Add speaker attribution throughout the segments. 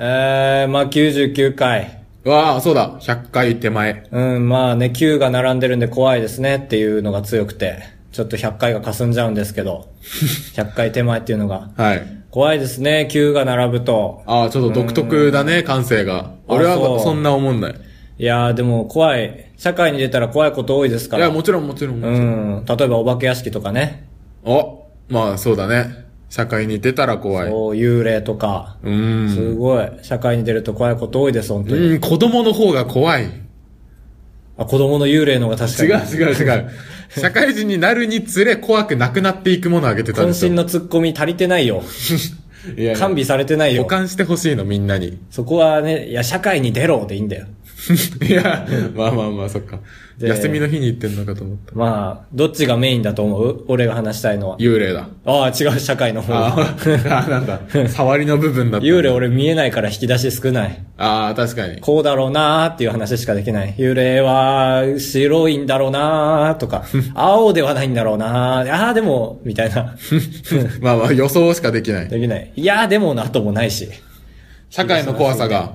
Speaker 1: えー、まあ99回。
Speaker 2: わあ、そうだ。100回手前。
Speaker 1: うん、まあね、9が並んでるんで怖いですねっていうのが強くて、ちょっと100回が霞んじゃうんですけ ど、100回手前っていうのが。
Speaker 2: はい。
Speaker 1: 怖いですね、9が並ぶと。
Speaker 2: ああ、ちょっと独特だね、感性が。俺は
Speaker 1: そう
Speaker 2: そんな思んない。
Speaker 1: いやーでも怖い。社会に出たら怖いこと多いですか
Speaker 2: い
Speaker 1: ら。
Speaker 2: や、もちろんもちろん。
Speaker 1: うん。例えばお化け屋敷とかね。
Speaker 2: お、まあそうだね。社会に出たら怖い。う
Speaker 1: こう幽霊とか。
Speaker 2: ーん。
Speaker 1: すごい。社会に出ると怖いこと多いです、本当に。
Speaker 2: うん、子供の方が怖い。違
Speaker 1: あ、子供の幽霊の方が確
Speaker 2: う
Speaker 1: かに。
Speaker 2: 違う違う。社会人になるにつれ怖くなくなっていくものをあげてたでしょ。
Speaker 1: 渾身のツッコミ足りてない よ。
Speaker 2: いやいや
Speaker 1: 完備されてない
Speaker 2: 保
Speaker 1: よ。
Speaker 2: 管してほしいの、みんな に。
Speaker 1: そこはね、いや、社会に出ろでいいんだよ。
Speaker 2: いや、まあまあまあ、そっか。
Speaker 1: で
Speaker 2: 休みの日に行ってんのかと思った。
Speaker 1: まあ、どっちがメインだと思う俺が話したいのは。
Speaker 2: 幽霊だ。
Speaker 1: ああ、違う、社会の方。
Speaker 2: あーあー、なんだ。触りの部分だった。
Speaker 1: 幽霊俺見えないから引き出し少ない。
Speaker 2: ああ、確かに。
Speaker 1: こうだろうなーっていう話しかできない。幽霊は白いんだろうなーと か、青ではないんだろうなー、ああーでも、みたい な。
Speaker 2: まあまあ、予想しかできない。
Speaker 1: できない。いやーでもなともないし。
Speaker 2: 社会の怖さが。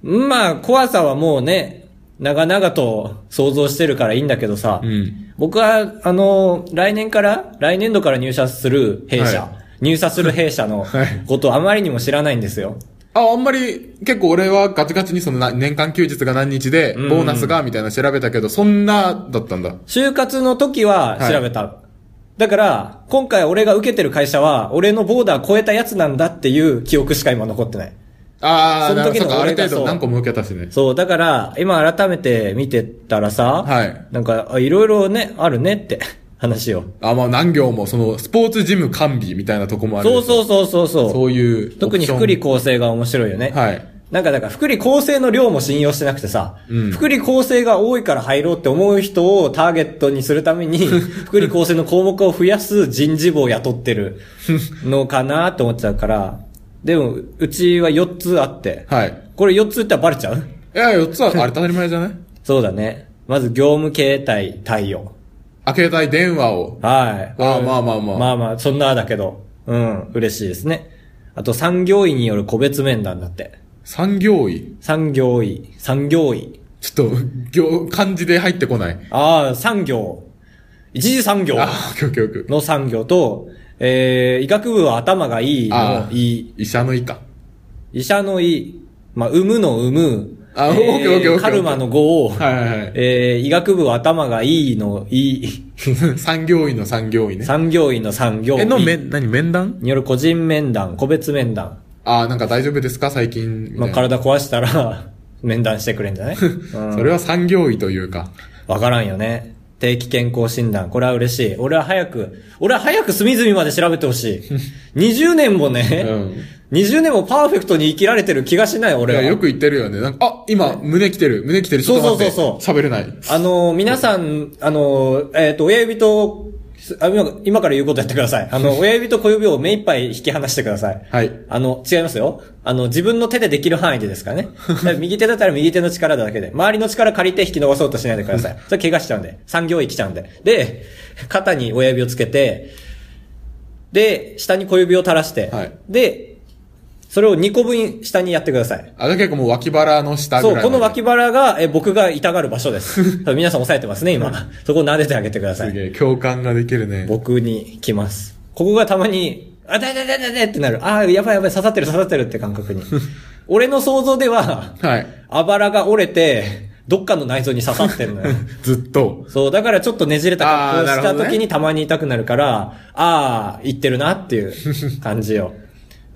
Speaker 1: まあ、怖さはもうね、長々と想像してるからいいんだけどさ、
Speaker 2: うん。
Speaker 1: 僕は、あの、来年から、来年度から入社する弊社、
Speaker 2: は
Speaker 1: 入社する弊社の
Speaker 2: はい
Speaker 1: ことをあまりにも知らないんですよ。
Speaker 2: あ、あんまり、結構俺はガチガチにそのな年間休日が何日で、
Speaker 1: うん
Speaker 2: ボーナスが、みたいなの調べたけど、そんな、だったんだ。
Speaker 1: 就活の時は調べた。だから、今回俺が受けてる会社は、俺のボーダー超えたやつなんだっていう記憶しか今残ってない。
Speaker 2: あ
Speaker 1: その
Speaker 2: あ、なる
Speaker 1: 時
Speaker 2: ほ
Speaker 1: の
Speaker 2: ど。ある
Speaker 1: 俺がそ
Speaker 2: 程
Speaker 1: う
Speaker 2: 度何個も受けたしね。
Speaker 1: そう、だから、今改めて見てたらさ、
Speaker 2: はい
Speaker 1: なんか、あいろいろね、あるねって話を。
Speaker 2: あ、まあ何行も、その、スポーツジム完備みたいなとこもある。
Speaker 1: そうそう
Speaker 2: う。
Speaker 1: そうそうそう。
Speaker 2: そういう。
Speaker 1: 特に福利厚生が面白いよね。
Speaker 2: はい。
Speaker 1: なんかだから、福利厚生の量も信用してなくてさ、
Speaker 2: うん
Speaker 1: 福利厚生が多いから入ろうって思う人をターゲットにするため に、福利厚生の項目を増やす人事部を雇ってるのかなと思っちゃうから、でも、うちは4つあって、
Speaker 2: はい。
Speaker 1: これ4つ言ったらバレちゃう
Speaker 2: いや、4つは、あれ当たり前じゃない
Speaker 1: そうだね。まず、業務形態、対応。
Speaker 2: あ、携帯電話を。
Speaker 1: はい。
Speaker 2: ああ、まあまあまあ。
Speaker 1: まあまあ、そんなだけど、うん、嬉しいですね。あと、産業医による個別面談だって。
Speaker 2: 産業医。
Speaker 1: 産業医、産業医。
Speaker 2: ちょっと、行、漢字で入ってこない。
Speaker 1: ああ、産業。一次産業
Speaker 2: ああ、よく
Speaker 1: の産業と、えー、医学部は頭がいい
Speaker 2: あ
Speaker 1: の
Speaker 2: あ、
Speaker 1: い。
Speaker 2: 医者の医か。
Speaker 1: 医者のい、まあ、産むの産む。
Speaker 2: あ
Speaker 1: えー
Speaker 2: オッケーオッケーオッケーオッケー
Speaker 1: カルマの語を、
Speaker 2: はいはいはい。
Speaker 1: えー、医学部は頭がいいのい、
Speaker 2: 産業医の産業医ね。
Speaker 1: 産業医の産業医
Speaker 2: え、の、め、何、面談
Speaker 1: による個人面談、個別面談。
Speaker 2: ああ、なんか大丈夫ですか最近。みたいな
Speaker 1: まあ、体壊したら、 面談してくれんじゃ ないうん
Speaker 2: それは産業医というか。
Speaker 1: わからんよね。定期健康診断。これは嬉しい。俺は早く、俺は早く隅々まで調べてほし い。20年も
Speaker 2: う
Speaker 1: ね、
Speaker 2: ん。
Speaker 1: 20年もパーフェクトに生きられてる気がしない、
Speaker 2: い
Speaker 1: 俺は。
Speaker 2: や、よく言ってるよね。なんか、あ、今、胸来てる、胸来てる、ちょっと待って。
Speaker 1: そうそうそう
Speaker 2: 喋れない。
Speaker 1: あの、皆さん、あの、えっ、と、親指と、あ今今から言うことやってください。あ の、親指と小指を目いっぱい引き離してください。
Speaker 2: はい。
Speaker 1: あの、違いますよ。あの、自分の手でできる範囲でですからね。だから右手だったら右手の力だけで。周りの力借りて引き伸ばそうとしないでください。それ怪我しちゃうんで。産業医来ちゃうんで。で、肩に親指をつけて、で、下に小指を垂らして、
Speaker 2: はい
Speaker 1: で、それを2個分下にやってください。
Speaker 2: あ、じゃあ結構もう脇腹の下ぐ
Speaker 1: そ、
Speaker 2: らいうま
Speaker 1: こ
Speaker 2: で。
Speaker 1: の脇腹が、え、僕が痛がる場所です。多分皆さん押さえてますね、今。そこを撫でてあげてくださ
Speaker 2: す
Speaker 1: い。
Speaker 2: げえ、共感ができるね。
Speaker 1: 僕に来ます。ここがたまに、あ、だいだいだいだいだいってなる。あー、やばいやばい、刺さってる刺さってるって感 覚に。俺の想像では、
Speaker 2: はい。
Speaker 1: あばらが折れて、どっかの内臓に刺さってるの よ。
Speaker 2: ずっと。
Speaker 1: そう、だからちょっとねじれた格好を
Speaker 2: あー
Speaker 1: し
Speaker 2: な
Speaker 1: た
Speaker 2: るほど
Speaker 1: 時
Speaker 2: ね
Speaker 1: にたまに痛くなるから、あー、言ってるなっていう感じよ。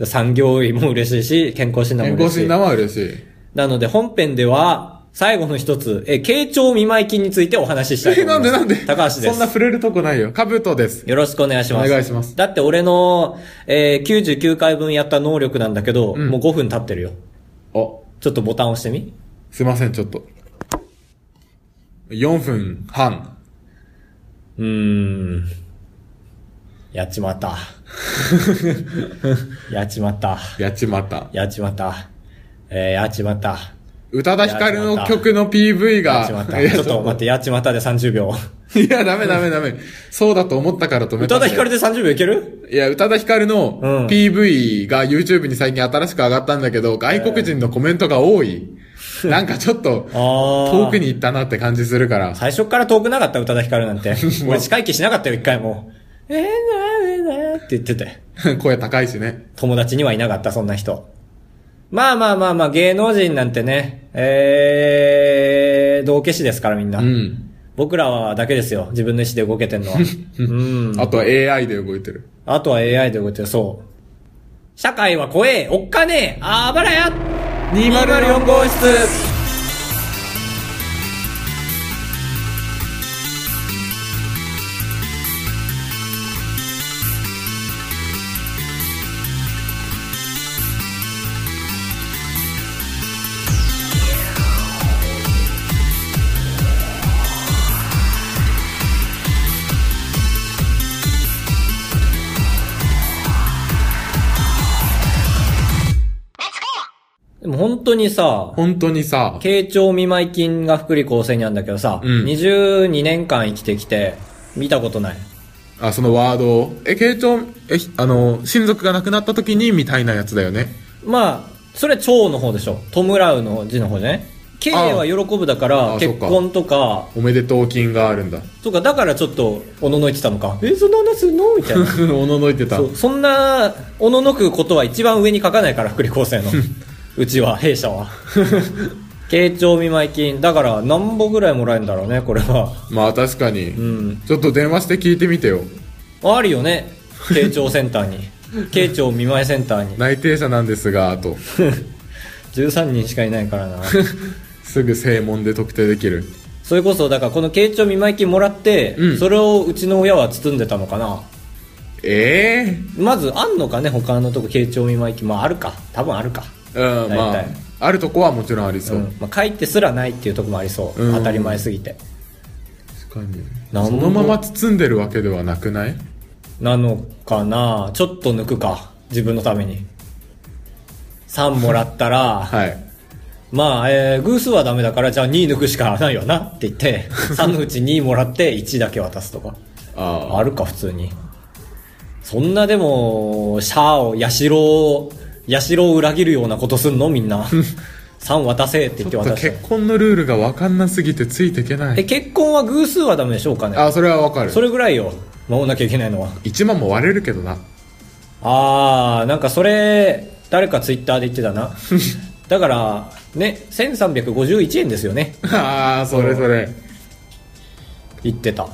Speaker 1: 産業医も嬉しいし、健康診断も嬉
Speaker 2: 健康
Speaker 1: しい
Speaker 2: 診。断は嬉しい。
Speaker 1: なので本編では、最後の一つ、え、傾聴見舞い金についてお話ししたいと
Speaker 2: え、
Speaker 1: 思
Speaker 2: ないん
Speaker 1: ます。
Speaker 2: でなんで
Speaker 1: 高橋で
Speaker 2: そんな
Speaker 1: す。
Speaker 2: 触れるとこないよ。カブトです。
Speaker 1: よろしくお願いします。
Speaker 2: お願いします
Speaker 1: だって俺の、えー、99回分やった能力なんだけど、
Speaker 2: ん
Speaker 1: もう5分経ってるよ。
Speaker 2: あ、
Speaker 1: ちょっとボタン押してみ。
Speaker 2: すいません、ちょっと。4分半。
Speaker 1: うーん。やっちま った。やっちまった。
Speaker 2: やっちまった。
Speaker 1: やっちまった。えー、やっちまった。
Speaker 2: 宇多田ヒカル
Speaker 1: やっちま
Speaker 2: の
Speaker 1: った
Speaker 2: 曲の
Speaker 1: や
Speaker 2: PV が
Speaker 1: っちまっ、た。ちょっと待って、やっちまったで30秒。
Speaker 2: いや、ダメダメダメ。そうだと思ったから止 め
Speaker 1: 宇
Speaker 2: た
Speaker 1: 多
Speaker 2: ん
Speaker 1: 田
Speaker 2: だよ。
Speaker 1: ヒカルで30秒いける
Speaker 2: いや、宇多田ヒカルの
Speaker 1: うん
Speaker 2: PV が YouTube に最近新しく上がったんだけど、外国人のコメントが多い。なんかちょっと、
Speaker 1: あー
Speaker 2: 遠くに行ったなって感じするから。
Speaker 1: 最初から遠くなかった宇多田ヒカル なんて。俺近い気しなかったよ、一回も。えー、なーなーって言ってて。
Speaker 2: 声高いしね。
Speaker 1: 友達にはいなかった、そんな人。まあまあまあまあ、芸能人なんてね、えー、道化師ですからみんな。
Speaker 2: うん。
Speaker 1: 僕らはだけですよ、自分の意思で動けてんのは。うん。
Speaker 2: あと AI で動いてる。
Speaker 1: あとは AI で動いてる、そう。社会は怖え、おっかねえ、あばらや !204 号室でも本当にさ、
Speaker 2: 本当にさ、
Speaker 1: 慶長見舞金が福利厚生にあるんだけどさ、
Speaker 2: うん
Speaker 1: 22年間生きてきて、見たことない。
Speaker 2: あ、そのワードを。え、慶長、え、ひあの、親族が亡くなった時にみたいなやつだよね。
Speaker 1: まあ、それは蝶の方でしょ。弔うの字の方じゃない慶は喜ぶだか
Speaker 2: あ
Speaker 1: ら、
Speaker 2: あ
Speaker 1: 結婚とか、
Speaker 2: おめでとう金があるんだ。
Speaker 1: とか、だからちょっと、おののいてたのか。 え、そんな話すんのみたいな。
Speaker 2: おののいてた
Speaker 1: そ。うそんな、おののくことは一番上に書かないから、福利厚生 の。うちは、弊社 は。慶長見舞金。だから、何本ぐらいもらえるんだろうね、これは。
Speaker 2: まあ確かに、
Speaker 1: うん。
Speaker 2: ちょっと電話して聞いてみてよ。
Speaker 1: あるよ ね、慶長センター に。慶長見舞いセンターに。
Speaker 2: 内定者なんですが、 と。
Speaker 1: 13人しかいないからな。
Speaker 2: すぐ正門で特定できる。
Speaker 1: それこそ、だからこの慶長見舞金もらって、
Speaker 2: うん
Speaker 1: それをうちの親は包んでたのかな。
Speaker 2: え
Speaker 1: まず、あんのかね、他のとこ慶長見舞金。まあ、あるか。多分あるか。
Speaker 2: えうん、ま
Speaker 1: 大
Speaker 2: あ
Speaker 1: 体、
Speaker 2: あるとこはもちろんありそうう。
Speaker 1: ん。まあ、書いてすらないっていうとこもありそう。
Speaker 2: うん
Speaker 1: 当たり前すぎて。
Speaker 2: 確かに。
Speaker 1: なん
Speaker 2: そ
Speaker 1: ぼ
Speaker 2: のまま包んでるわけではなくない
Speaker 1: なのかなちょっと抜くか。自分のために。3もらったら、
Speaker 2: はい。
Speaker 1: まあ、えー偶数はダメだから、じゃあ2抜くしかないよなって言 って、3のうち2もらって1だけ渡すとか。
Speaker 2: あ
Speaker 1: あるか、普通に。そんなでも、シャアを、ヤシロを、ヤシロを裏切るようなことすんのみん な。3渡せって言って
Speaker 2: あ。
Speaker 1: 渡して
Speaker 2: 結。婚のルールが分かんなすぎてついていけな
Speaker 1: え、
Speaker 2: い。
Speaker 1: 結婚は偶数はダメでしょうかね
Speaker 2: あ、それは分かる
Speaker 1: そ。れぐらいよ。守んなきゃいけないのは。
Speaker 2: 1万も割れるけど な。
Speaker 1: あー、なんかそれ、誰かツイッターで言ってた な。だから、ね、1351円ですよね。
Speaker 2: ああ、それそれ。
Speaker 1: 言ってた。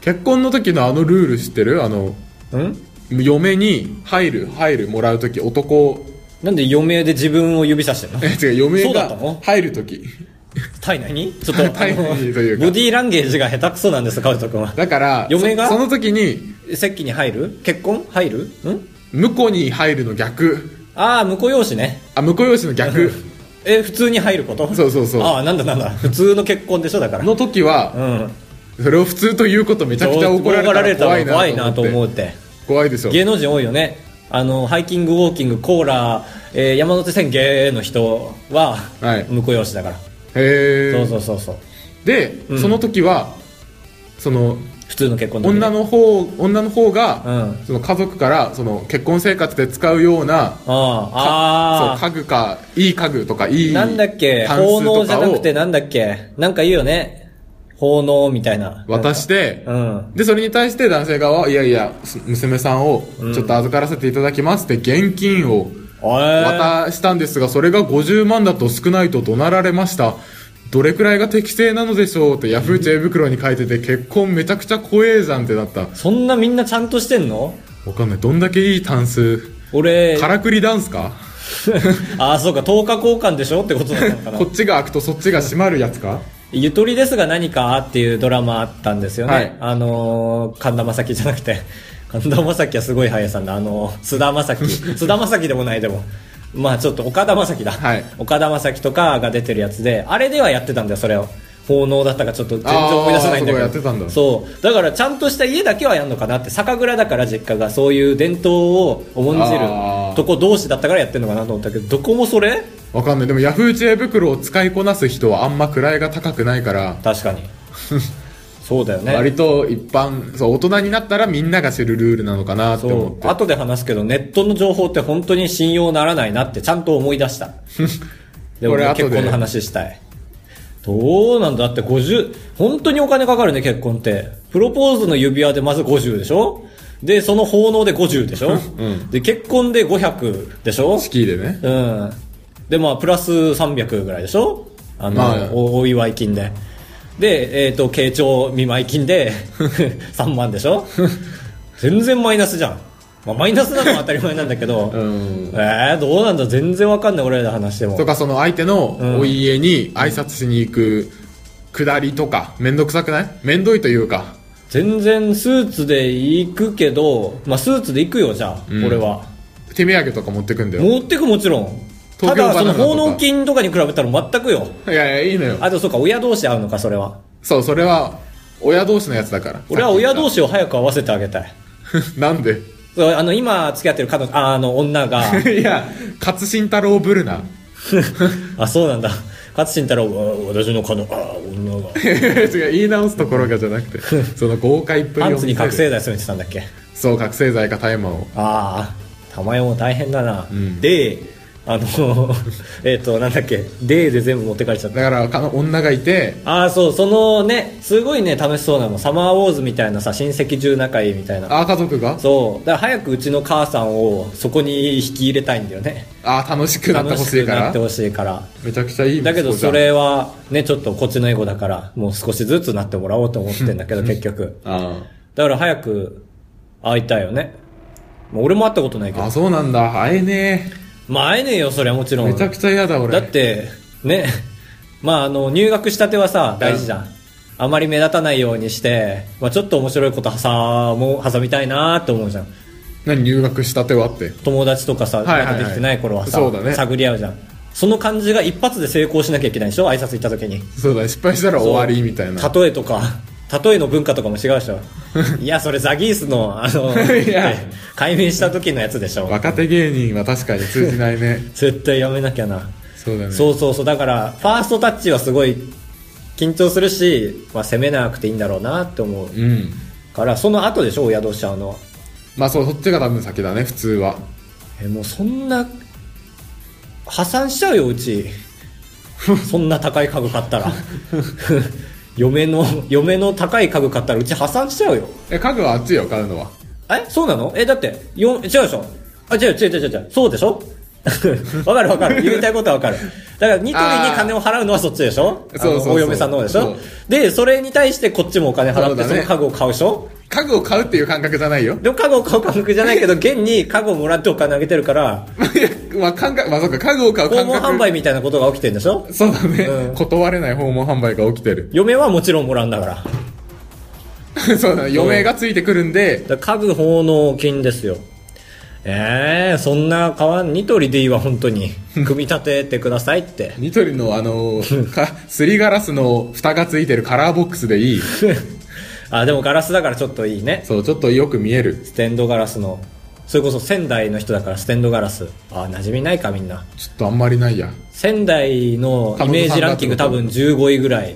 Speaker 2: 結婚の時のあのルール知ってるあの、
Speaker 1: ん
Speaker 2: 嫁に入る、入るもらう時、男、
Speaker 1: なんで余命で自分を指さしてんの
Speaker 2: え、違う、嫁
Speaker 1: そうだった
Speaker 2: が
Speaker 1: の
Speaker 2: 入る時。
Speaker 1: 体内にちょっと、
Speaker 2: 体内にというか
Speaker 1: あのボディーランゲージが下手くそなんです、カウト君は。
Speaker 2: だから、
Speaker 1: 嫁が
Speaker 2: そその時に、
Speaker 1: 席に入る結婚入るん
Speaker 2: 婿に入るの逆。
Speaker 1: ああ、婿養子ね。
Speaker 2: あ、婿養子の逆。
Speaker 1: え、普通に入ること
Speaker 2: そうそうそう
Speaker 1: ああ、なんだなんだ。普通の結婚でしょ、だから。
Speaker 2: の時は、
Speaker 1: うん。
Speaker 2: それを普通ということめちゃくちゃ怒られたら
Speaker 1: ら怖
Speaker 2: 怖
Speaker 1: い
Speaker 2: いな
Speaker 1: な
Speaker 2: と
Speaker 1: と
Speaker 2: 思って。
Speaker 1: 思って。
Speaker 2: 怖いでしょ。
Speaker 1: 芸能人多いよね。あの、ハイキング、ウォーキング、コーラ、えー山手線芸の人は、
Speaker 2: はい
Speaker 1: 婿養子だから。
Speaker 2: へ
Speaker 1: そう
Speaker 2: ー
Speaker 1: そうそうそう。
Speaker 2: で、
Speaker 1: ん
Speaker 2: その時は、その、
Speaker 1: 普通の結婚だけど
Speaker 2: 女の方、女の方が、
Speaker 1: うん
Speaker 2: その家族から、その結婚生活で使うような、
Speaker 1: ああ、ああ
Speaker 2: そう、。家具か、いい家具とか、いい、
Speaker 1: なんだっけ
Speaker 2: タン
Speaker 1: 奉
Speaker 2: ス
Speaker 1: 納
Speaker 2: と
Speaker 1: じゃ
Speaker 2: か
Speaker 1: なくて
Speaker 2: を
Speaker 1: なんだっけなんか言うよね。奉納みたいな。
Speaker 2: 渡して、
Speaker 1: うん。
Speaker 2: で、それに対して男性側は、いやいや、す娘さんを
Speaker 1: うん
Speaker 2: ちょっと預からせていただきますって、現金を
Speaker 1: おい。
Speaker 2: 渡したんですが、それが50万だと少ないと怒鳴られました。どれくらいが適正なのでしょうって、ヤフー知恵袋に書いてて、結婚めちゃくちゃ怖えじゃんってなった。
Speaker 1: そんなみんなちゃんとしてんの
Speaker 2: わかんない。どんだけいいタンス。
Speaker 1: 俺、
Speaker 2: からくりダンスか
Speaker 1: ああ、そうか、10日交換でしょってことだったのかな
Speaker 2: こ。っちが開くとそっちが閉まるやつか
Speaker 1: ゆとりですが何かっていうドラマあったんですよね。
Speaker 2: はい
Speaker 1: あのー、神田正輝じゃなくて、 神田正輝はすごい俳優さんだ。あのー、須田正 輝。須田正輝でもないでも。まあちょっと岡田正輝だ。
Speaker 2: はい
Speaker 1: 岡田正輝とかが出てるやつで、あれではやってたんだよ、それを。奉納だったかちょっと全然思い出せないんだけど。
Speaker 2: あーそうだやってたんだ
Speaker 1: そう。だからちゃんとした家だけはやんのかなって、酒蔵だから実家がそういう伝統を重んじる
Speaker 2: あー
Speaker 1: とこ同士だったからやってんのかなと思ったけど、どこもそれ
Speaker 2: わかんない。でも ヤフー知恵袋を使いこなす人はあんま位が高くないから、
Speaker 1: 確かに。そうだよね。
Speaker 2: 割と一般、そう、大人になったらみんなが知るルールなのかなって
Speaker 1: そ
Speaker 2: 思っ
Speaker 1: う。
Speaker 2: て。
Speaker 1: 後で話すけど、ネットの情報って本当に信用ならないなってちゃんと思い出 した。でも
Speaker 2: これ
Speaker 1: ね
Speaker 2: 後で
Speaker 1: 結婚の話したい。どうなんだだって50、本当にお金かかるね、結婚って。プロポーズの指輪でまず50でしょで、その奉納で50でしょ、で、結婚で500でしょ
Speaker 2: スキーでね。
Speaker 1: うん。で、まあ、プラス300ぐらいでしょあの、
Speaker 2: まあ
Speaker 1: おお祝い金で。で、えっ、と、慶長見舞い金で 3万でしょ全然マイナスじゃん。まあ、マイナスなのは当たり前なんだけ ど、
Speaker 2: ん
Speaker 1: えー、どうなんだ全然わかんない、俺らの話でも
Speaker 2: と。か、その相手のお家に挨拶しに行く下りとか、めんどくさくないめんどいというか。
Speaker 1: 全然スーツで行くけど、まあ、スーツで行くよ、じゃあ、
Speaker 2: うん
Speaker 1: 俺は。
Speaker 2: 手土産とか持ってくんだよ。
Speaker 1: 持ってくもちろん。た
Speaker 2: 東京
Speaker 1: だ、
Speaker 2: バナ
Speaker 1: その、
Speaker 2: ナとか
Speaker 1: 奉納金とかに比べたら全くよ。
Speaker 2: いやいや、いいのよ。
Speaker 1: あと、そうか、親同士で会うのか、それは。
Speaker 2: そう、それは、親同士のやつだから。
Speaker 1: 俺は親同
Speaker 2: 士。
Speaker 1: 士を早く会わせてあげたい。
Speaker 2: なん で
Speaker 1: そうあの今付き合ってる彼女ああの女 が
Speaker 2: いや、勝新太郎ブルナ。
Speaker 1: あそうなんだ勝新太郎あ私の彼女あ女が
Speaker 2: 違う、言い直すところがじゃな くて、その豪快っぷりを
Speaker 1: パン
Speaker 2: 見
Speaker 1: ツ
Speaker 2: せ
Speaker 1: に
Speaker 2: る
Speaker 1: 覚醒剤染めてたんだっけ
Speaker 2: そう、覚醒剤か大麻を。
Speaker 1: ああ玉代も大変だな、
Speaker 2: ん
Speaker 1: であの えっとなんだっけデーで全部持ってかれちゃった
Speaker 2: だから、かの女がいて、
Speaker 1: ああそうそのねすごいね楽しそうなのサマーウォーズみたいなさ親戚中仲いいみたいな
Speaker 2: あー、家族が
Speaker 1: そうだから早くうちの母さんをそこに引き入れたいんだよね
Speaker 2: あー、楽しくなって
Speaker 1: 楽
Speaker 2: ほ
Speaker 1: し
Speaker 2: しい
Speaker 1: く
Speaker 2: か
Speaker 1: なっ
Speaker 2: ら
Speaker 1: て。ほしいから
Speaker 2: めちゃくちゃいい息子じゃ
Speaker 1: だ
Speaker 2: ん
Speaker 1: けどそ。れはね、ちょっとこっちのエゴだから、もう少しずつなってもらおうと思ってんだけど、結局。
Speaker 2: あー
Speaker 1: だから早く会いたいよね。まあ俺も会ったことないけど
Speaker 2: あ、。そうなんだ。会えね
Speaker 1: まあ会えねえよ、そりゃもち
Speaker 2: え。
Speaker 1: ろ
Speaker 2: め
Speaker 1: ん。
Speaker 2: ちゃくちゃ嫌だ、俺。
Speaker 1: だって、ね、まああの、入学したてはさ、大事じゃん。あまり目立たないようにして、まあちょっと面白いこと挟もう、挟みたいなーって思うじゃん。
Speaker 2: 何、入学したてはって。
Speaker 1: 友達とかさ、
Speaker 2: いはいはい
Speaker 1: まだできてない頃はさ、
Speaker 2: そうだね
Speaker 1: 探り合うじゃん。その感じが一発で成功しなきゃいけないでしょ挨拶行った時に。
Speaker 2: そうだ、失敗したら終わりみたいな。
Speaker 1: 例えとか 例えの文化とかも違うでし ょいやそれザギースのあの
Speaker 2: いや
Speaker 1: 解明した時のやつでしょ。
Speaker 2: 若手芸人は確かに通じないね
Speaker 1: 絶対やめなきゃな、
Speaker 2: そうだね。
Speaker 1: そうそうそうだからファーストタッチはすごい緊張するし、まあ、攻めなくていいんだろうなって思う
Speaker 2: うん。
Speaker 1: からその後でしょ親同士会うのは
Speaker 2: まあそう、そっちが多分先だね、普通は。
Speaker 1: えもうそんな破産しちゃうよう ちそんな高い家具買ったら 嫁の嫁の高い家具買ったらうち破産しちゃうよ
Speaker 2: え、家具はあっちよ、買うのは。
Speaker 1: えそうなのえだってよ違うでしょあ違う違う違う違うそうでしょ わかるわか る言いたいことはわかるだからニトリに金を払うのはそっちでしょ
Speaker 2: そうそうそう
Speaker 1: あのお嫁さんの方でし
Speaker 2: そ
Speaker 1: ょ
Speaker 2: う
Speaker 1: でそれに対してこっちもお金払
Speaker 2: そ
Speaker 1: っ
Speaker 2: う
Speaker 1: て
Speaker 2: だ
Speaker 1: そ
Speaker 2: ね
Speaker 1: の家具を買うでしょ
Speaker 2: 家具を買うっていう感覚じゃないよ。
Speaker 1: でも家具を買う感覚じゃないけど現に家具をもらってお金あげてるから
Speaker 2: いや、まあ感覚、まあそうか、家具を買う
Speaker 1: 訪
Speaker 2: 感
Speaker 1: 問
Speaker 2: 覚。
Speaker 1: 販売みたいなことが起きてるんでしょ
Speaker 2: そうだね、
Speaker 1: うん
Speaker 2: 断れない訪問販売が起きてる。
Speaker 1: 嫁はもちろんもらうんだからだか
Speaker 2: そうだね。余命がついてくるんで、
Speaker 1: ら家具奉納金ですよえー、そんな買わんニトリでいいわ本当に組み立ててくださいって
Speaker 2: ニトリの あの、かすりガラスの蓋がついてるカラーボックスでいい。
Speaker 1: あでもガラスだからちょっといいね
Speaker 2: そう、ちょっとよく見える。
Speaker 1: ステンドガラスのそれこそ仙台の人だからステンドガラスあ馴染みないかみんな
Speaker 2: ちょっとあんまりないや。
Speaker 1: 仙台のイメージランキング多分15位ぐらい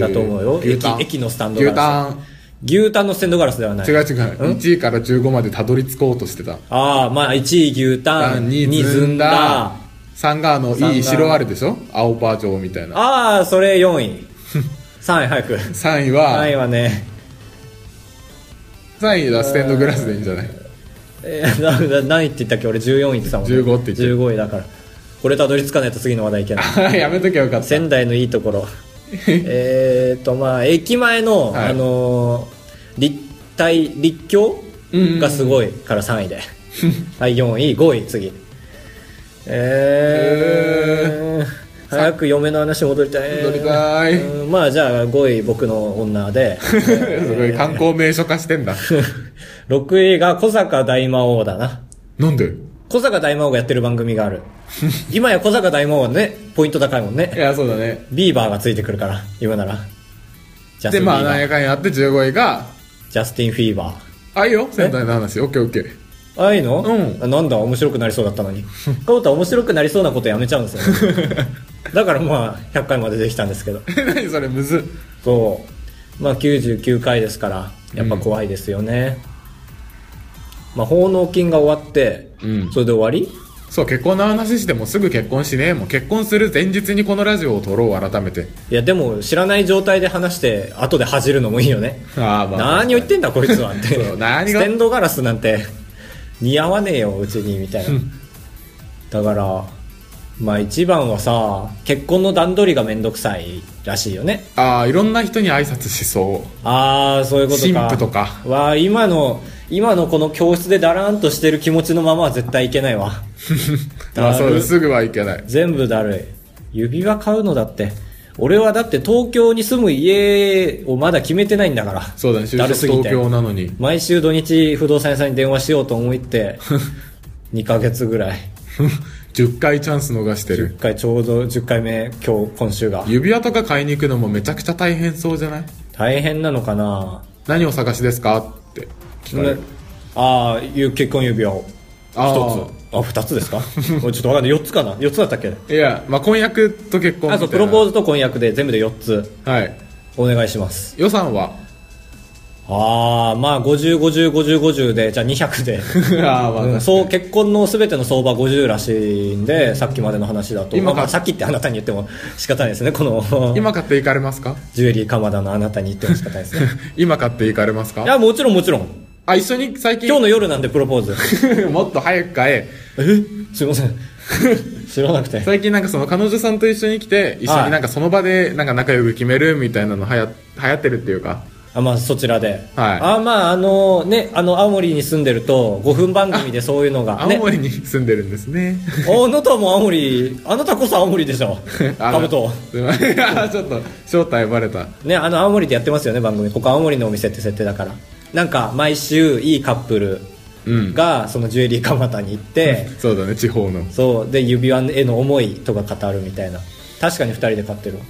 Speaker 1: だと思うよ
Speaker 2: へー牛
Speaker 1: 駅
Speaker 2: タン
Speaker 1: 駅のスタンド
Speaker 2: 牛
Speaker 1: ガラ
Speaker 2: タン。
Speaker 1: ス牛タンのステンドガラスではない
Speaker 2: 違う違う。1位から15までたどり着こうとしてた。
Speaker 1: ああまあ1位牛タン2位ずんだ。
Speaker 2: 3があの、
Speaker 1: 三が
Speaker 2: いい白あるでしょ青バージョンみたいな。
Speaker 1: ああそれ4位 3位早く
Speaker 2: 3位
Speaker 1: 3位
Speaker 2: は、
Speaker 1: はね
Speaker 2: 3位はステンドグラスでいいんじゃない
Speaker 1: えーなな何位って言ったっけ俺14位って言ってたもん、ね、
Speaker 2: 15って言ってる
Speaker 1: 15位だからこれたどり着かないと次の話題いけない
Speaker 2: やめときゃよかった。
Speaker 1: 仙台のいいとこ ろえっとまあ駅前の、
Speaker 2: はい
Speaker 1: あのー立体立教
Speaker 2: うんうんうん
Speaker 1: がすごいから3位で はい4位5位次えー早く嫁の話戻りたい
Speaker 2: 戻りたい
Speaker 1: うんまあじゃあ5位僕の女 で
Speaker 2: すごい観光名所化してんだ。
Speaker 1: 6位が小坂大魔王だな
Speaker 2: なんで
Speaker 1: 小坂大魔王がやってる番組がある 今や小坂大魔王はねポイント高いもんね
Speaker 2: いや、そうだね。
Speaker 1: ビーバーがついてくるから、今なら。ジャステ
Speaker 2: で、
Speaker 1: ィン・フィ
Speaker 2: まあ、
Speaker 1: ーバ
Speaker 2: なん
Speaker 1: ー。
Speaker 2: やかんやあって15位が、
Speaker 1: ジャスティン・フィーバ
Speaker 2: あ、いいよ、仙台の話。オッケーオッケー。
Speaker 1: ー。ああいうの
Speaker 2: うん
Speaker 1: あなんだ、面白くなりそうだったのに。カオタ面白くなりそうなことやめちゃうんですよ、ね。だからまあ、100回までできたんですけど。
Speaker 2: 何それ、むず。
Speaker 1: そう。まあ99回ですから、やっぱ怖いですよね。まあ、奉納金が終わって、
Speaker 2: うん
Speaker 1: それで終わり
Speaker 2: そう、結婚の話してもすぐ結婚しねえもん。結婚する前日にこのラジオを撮ろう、改めて。
Speaker 1: いや、でも知らない状態で話して、後で恥じるのもいいよね。
Speaker 2: ああ、
Speaker 1: 何を言ってんだこいつはって。
Speaker 2: そう何が
Speaker 1: ステンドガラスなんて似合わねえよ、うちに、みたいな。だから、まあ一番はさ、結婚の段取りがめんどくさいらしいよね。
Speaker 2: ああ、いろんな人に挨拶しそ
Speaker 1: ああ、そういうことか。
Speaker 2: 新婦とか
Speaker 1: わー今の、今のこの教室でだらーんとしてる気持ちのままは絶対いけないわ。
Speaker 2: う。ああ、そう
Speaker 1: だる
Speaker 2: すぐはいけない。
Speaker 1: 全部だるい。指輪買うのだって。俺はだって東京に住む家をまだ決めてないんだから。
Speaker 2: そうだね、就
Speaker 1: だ
Speaker 2: 職
Speaker 1: るすぎて
Speaker 2: 東京なのに。
Speaker 1: 毎週土日不動産屋さんに電話しようと思いって、2ヶ月ぐらい。
Speaker 2: 10回チャンス逃してる。
Speaker 1: 10回ちょうど10回目、今日、今週が。
Speaker 2: 指輪とか買いに行くのもめちゃくちゃ大変そうじゃない
Speaker 1: 大変なのかな
Speaker 2: 何をお探しですかって聞かれる。
Speaker 1: ああ、いう結婚指輪を。
Speaker 2: あー
Speaker 1: 一つ。あ、二つ ですかもうちょっとわかんない。4つかな ?4 つだったっけ
Speaker 2: いや、まあ、婚約と結婚
Speaker 1: あ、
Speaker 2: みた
Speaker 1: そ、
Speaker 2: い
Speaker 1: プ
Speaker 2: うな。
Speaker 1: ロポーズと婚約で全部で4つ
Speaker 2: はい。
Speaker 1: お願いします。
Speaker 2: 予算は
Speaker 1: ああ、まあ50、50、50、50で、じ ゃあ200で。
Speaker 2: ああ、まあ、
Speaker 1: うんそう結婚の全ての相場50らしいんでさっきまでの話だと今、
Speaker 2: 今か
Speaker 1: まあ、さっきってあなたに言っても仕方ないですねこの
Speaker 2: 今買っていかれますか
Speaker 1: ジュエリー鎌田のあなたに言っても仕方ないですね
Speaker 2: 今買っていかれます
Speaker 1: い
Speaker 2: か
Speaker 1: やもちろんもちろん
Speaker 2: あ、一緒に最近
Speaker 1: 今日の夜なんでプロポ ーズ
Speaker 2: もっと早く買え。
Speaker 1: えすいません知らなくて
Speaker 2: 最近なんかその彼女さんと一緒に来て、一緒になんかその場でなんか仲良く決めるみたいなのはや、流行ってるっていうか。
Speaker 1: あまあそちらで、
Speaker 2: はい
Speaker 1: あまああのねあの青森に住んでると5分番組でそういうのが
Speaker 2: 青
Speaker 1: ね
Speaker 2: 森に住んでるんで すね。
Speaker 1: あなたも青森あなたこそ青森でしょ
Speaker 2: あの
Speaker 1: カブト
Speaker 2: すいません。あ ちょっと、正体バレた。
Speaker 1: ね、あの青森でやってますよね番組ここ青森のお店って設定だからなんか毎週いいカップル
Speaker 2: うん。
Speaker 1: がそのジュエリー蒲田に行って、
Speaker 2: そうだね、地方の。
Speaker 1: そうで指輪への思いとか語るみたいな確かに2人で買ってるわ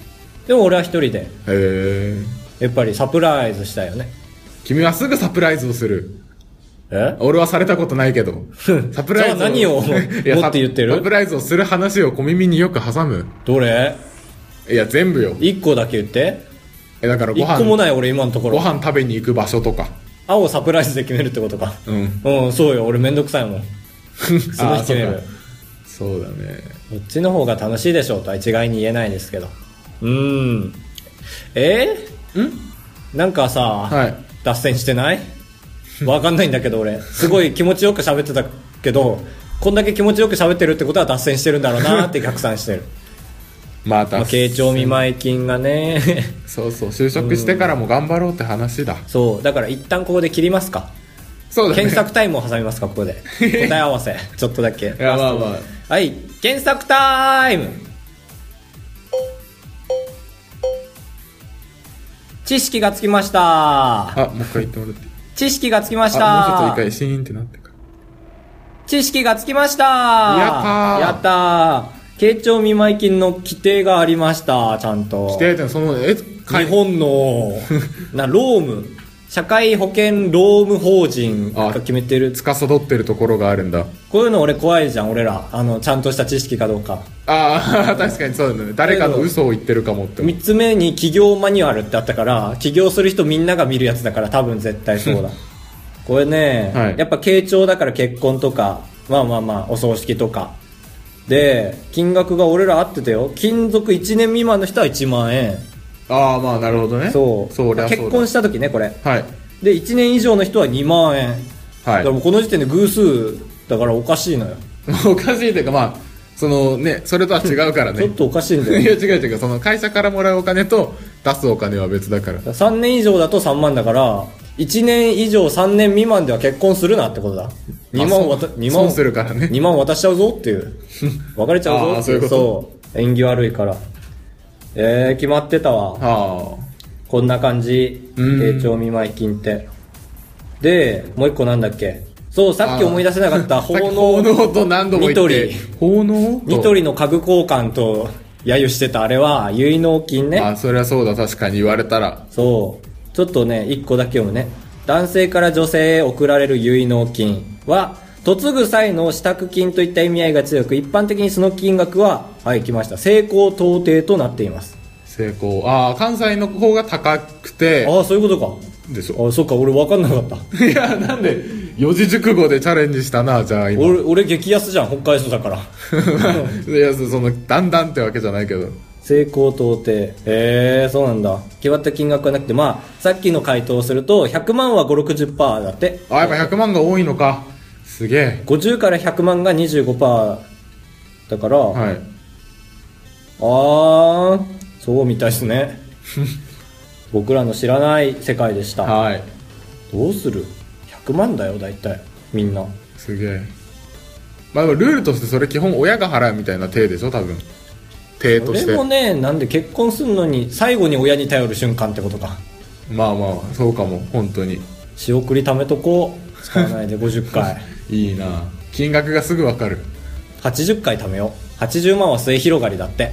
Speaker 1: でも俺は1人で
Speaker 2: へえ。
Speaker 1: やっぱりサプライズしたよね
Speaker 2: 君はすぐサプライズをする。
Speaker 1: え
Speaker 2: 俺はされたことない けど。サプライズ
Speaker 1: じゃあ何を
Speaker 2: いや
Speaker 1: 持って言ってる
Speaker 2: サプライズをする話を小耳によく挟む。
Speaker 1: どれ
Speaker 2: いや、全部よ。
Speaker 1: 1個だけ言って
Speaker 2: え、だからご
Speaker 1: 1個も
Speaker 2: 飯、
Speaker 1: ない俺今のとこ
Speaker 2: ご
Speaker 1: ろ
Speaker 2: 飯食べに行く場所とか。
Speaker 1: 青をサプライズで決めるってことか
Speaker 2: うん。
Speaker 1: うんそうよ俺めんどくさいもんすごい決め
Speaker 2: あ
Speaker 1: る
Speaker 2: そうかそうだね。
Speaker 1: こっちの方が楽しいでしょうとは一概に言えないですけど。うーん。え
Speaker 2: ん
Speaker 1: ー、なんかさ、
Speaker 2: はい。
Speaker 1: 脱線してない わかんないんだけど俺。すごい気持ちよく喋ってたけど、こんだけ気持ちよく喋ってるってことは脱線してるんだろうなって逆算 してる。
Speaker 2: また、
Speaker 1: まあ、傾聴見舞い金がね。
Speaker 2: そうそう、就職してからも頑張ろうって話だ。
Speaker 1: そう。だから一旦ここで切ります か。
Speaker 2: そうだね。
Speaker 1: 検索タイムを挟みますか、ここで。答え合わ せ。ちょっとだけ。
Speaker 2: いや、まあまあ。
Speaker 1: はい、検索タイム知識がつきました
Speaker 2: あ、もう一回言ってもらっていい
Speaker 1: 知識がつきまし
Speaker 2: あ、もうちょっと
Speaker 1: た
Speaker 2: 一回、シーンってなってから。
Speaker 1: 知識がつきました
Speaker 2: やったー
Speaker 1: やったー慶長見舞金の規定がありました、ちゃんと。
Speaker 2: 規定点、その、え、
Speaker 1: 日本の、 な、ローム、社会保険労務法人が決めてる。
Speaker 2: つかさどってるところがあるんだ。
Speaker 1: こういうの俺怖いじゃん、俺ら。あの、ちゃんとした知識かどうか。
Speaker 2: ああ、 確かにそうだね。誰かの嘘を言ってるかもって思う
Speaker 1: 3つ目に企業マニュアルってあったから起業する人みんなが見るやつだから多分絶対 そうだこれね、
Speaker 2: はい
Speaker 1: やっぱ慶長だから結婚とかまあまあまあお葬式とかで金額が俺ら合ってたよ勤続1年未満の人は1万円
Speaker 2: ああ、まあ、なるほどね。
Speaker 1: そう
Speaker 2: そりゃそうだ
Speaker 1: 結婚した時ねこれ
Speaker 2: はい。
Speaker 1: で1年以上の人は2万円、
Speaker 2: は
Speaker 1: だから
Speaker 2: い。
Speaker 1: もうこの時点で偶数だからおかしいのよ、
Speaker 2: おかしいというか、まあ、そのね、それとは違うから
Speaker 1: ちょ
Speaker 2: ね
Speaker 1: っ。とおかしいん
Speaker 2: い
Speaker 1: だ
Speaker 2: や、
Speaker 1: よ
Speaker 2: 違う違う。その、会社からもらうお金と、出すお金は別だから。
Speaker 1: 3年以上だと3万だから1年以上3年未満では結婚するなってことだ2万
Speaker 2: あ
Speaker 1: 渡
Speaker 2: そう
Speaker 1: 2万
Speaker 2: 損するからね
Speaker 1: 2万渡しちゃうぞっていう 別れちゃうぞって
Speaker 2: あーそういうこと
Speaker 1: そう縁起悪いからえー、決まってたわ
Speaker 2: ああ。
Speaker 1: こんな感じ
Speaker 2: うん
Speaker 1: 慶長見舞金ってでもう一個なんだっけそうさっき思い出せなかった
Speaker 2: さっ
Speaker 1: 奉
Speaker 2: き
Speaker 1: 納
Speaker 2: 奉納と何度も言って
Speaker 1: ニト
Speaker 2: 奉納と
Speaker 1: ニトリの家具交換と揶揄してたあれは結納金ね
Speaker 2: あそりゃそうだ確かに言われたら
Speaker 1: そう。ちょっとね、一個だけ読むね。男性から女性へ贈られる結納金は、嫁ぐ際の支度金といった意味合いが強く、一般的にその金額は、はい、来ました。成功到底となっています。
Speaker 2: 成功。ああ、関西の方が高くて、
Speaker 1: ああ、そういうこと
Speaker 2: でしょ。
Speaker 1: か。あそっか、俺分かんなかった。
Speaker 2: いや、なんで、四字熟語でチャレンジしたな、じゃあ今。
Speaker 1: 俺、俺激安じゃん、北海道だから。
Speaker 2: いや、その、だんだんってわけじゃないけど。
Speaker 1: 成功到底。へえー、そうなんだ。決まった金額はなくて、まあ、さっきの回答をすると、100万は5、60%だって。
Speaker 2: あ、やっぱ100万が多いのか。すげえ。
Speaker 1: 50から100万が25%だから、
Speaker 2: はい。
Speaker 1: あー、そうみたいです ね。僕らの知らない世界でした。
Speaker 2: はい。
Speaker 1: どうする ?100 万だよ、大体。みんな。
Speaker 2: すげえ。まあでもルールとしてそれ基本親が払うみたいな体でしょ、多分。体とし
Speaker 1: 俺
Speaker 2: て
Speaker 1: も。ね、なんで結婚するのに、最後に親に頼る瞬間ってことか。
Speaker 2: まあまあ、そうかも、本当に。
Speaker 1: 仕送り貯めとこう。使わないで50回。
Speaker 2: いいな金額がすぐわかる。
Speaker 1: 80回貯めよう。80万は末広がりだって。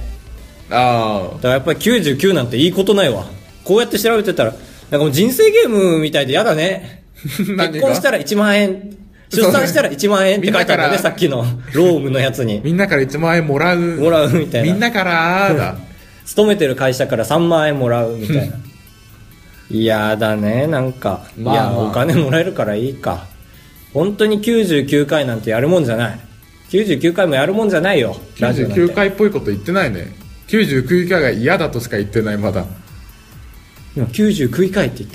Speaker 2: あ
Speaker 1: だからやっぱり99なんていいことないわこうやって調べてたらなんかもう人生ゲームみたいで嫌だね
Speaker 2: 何が
Speaker 1: 結婚したら1万円
Speaker 2: そう
Speaker 1: 出産したら1万円って書いてあるよ
Speaker 2: みんなから
Speaker 1: ねさっきのロームのやつ
Speaker 2: あ。
Speaker 1: に
Speaker 2: みんなから1万円もらう。
Speaker 1: もらうみたい
Speaker 2: み
Speaker 1: なん
Speaker 2: なからあーだ。
Speaker 1: 勤めてる会社から3万円もらうみた いな嫌だねなんか、
Speaker 2: まあまあ
Speaker 1: いやお金もらえるからいいか本当に99回なんてやるもんじゃない99回もやるもんじゃないよラジオなんて
Speaker 2: 99回っぽいこと言ってないね。99回が嫌だとしか言ってない、まだ。
Speaker 1: 今99回って言っ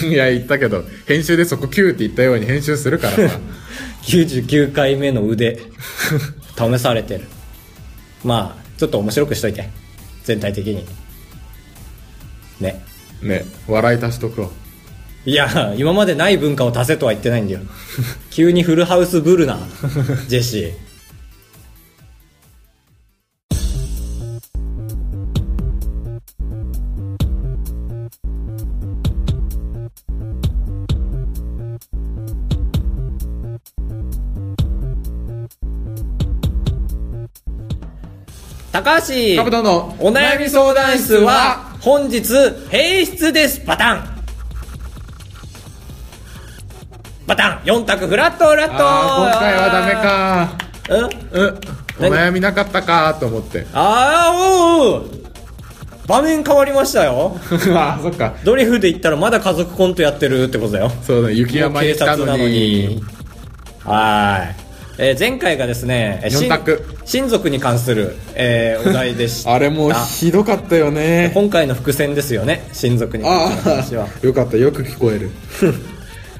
Speaker 1: た
Speaker 2: いや、言ったけど、編集でそこ9って言ったように編集するか らさ。
Speaker 1: 99回目の腕試されてるまあちょっと面白くしといて全体的にね
Speaker 2: ね、笑い足しとくわ。
Speaker 1: いや今までない文化を足せとは言って ないんだよ急にフルハウスブルなジェシー高橋
Speaker 2: カブトの
Speaker 1: お悩み相談室は本日閉室ですパターンパターン4択フラットフラット
Speaker 2: あー今回はダメか
Speaker 1: うん
Speaker 2: うんお悩みなかったかと思って
Speaker 1: あーおー場面変わりましたよ
Speaker 2: あーそっか
Speaker 1: ドリフで言ったらまだ家族コントやってるってことだよ
Speaker 2: そうだ雪山に来たのに
Speaker 1: はーい、えー前回がですねえー
Speaker 2: 四択
Speaker 1: 親族に関する、えーお題でした
Speaker 2: あれもう
Speaker 1: あ
Speaker 2: ひどかったよね
Speaker 1: 今回の伏線ですよね親族に関
Speaker 2: あ
Speaker 1: する話は
Speaker 2: あよかったよく聞こえる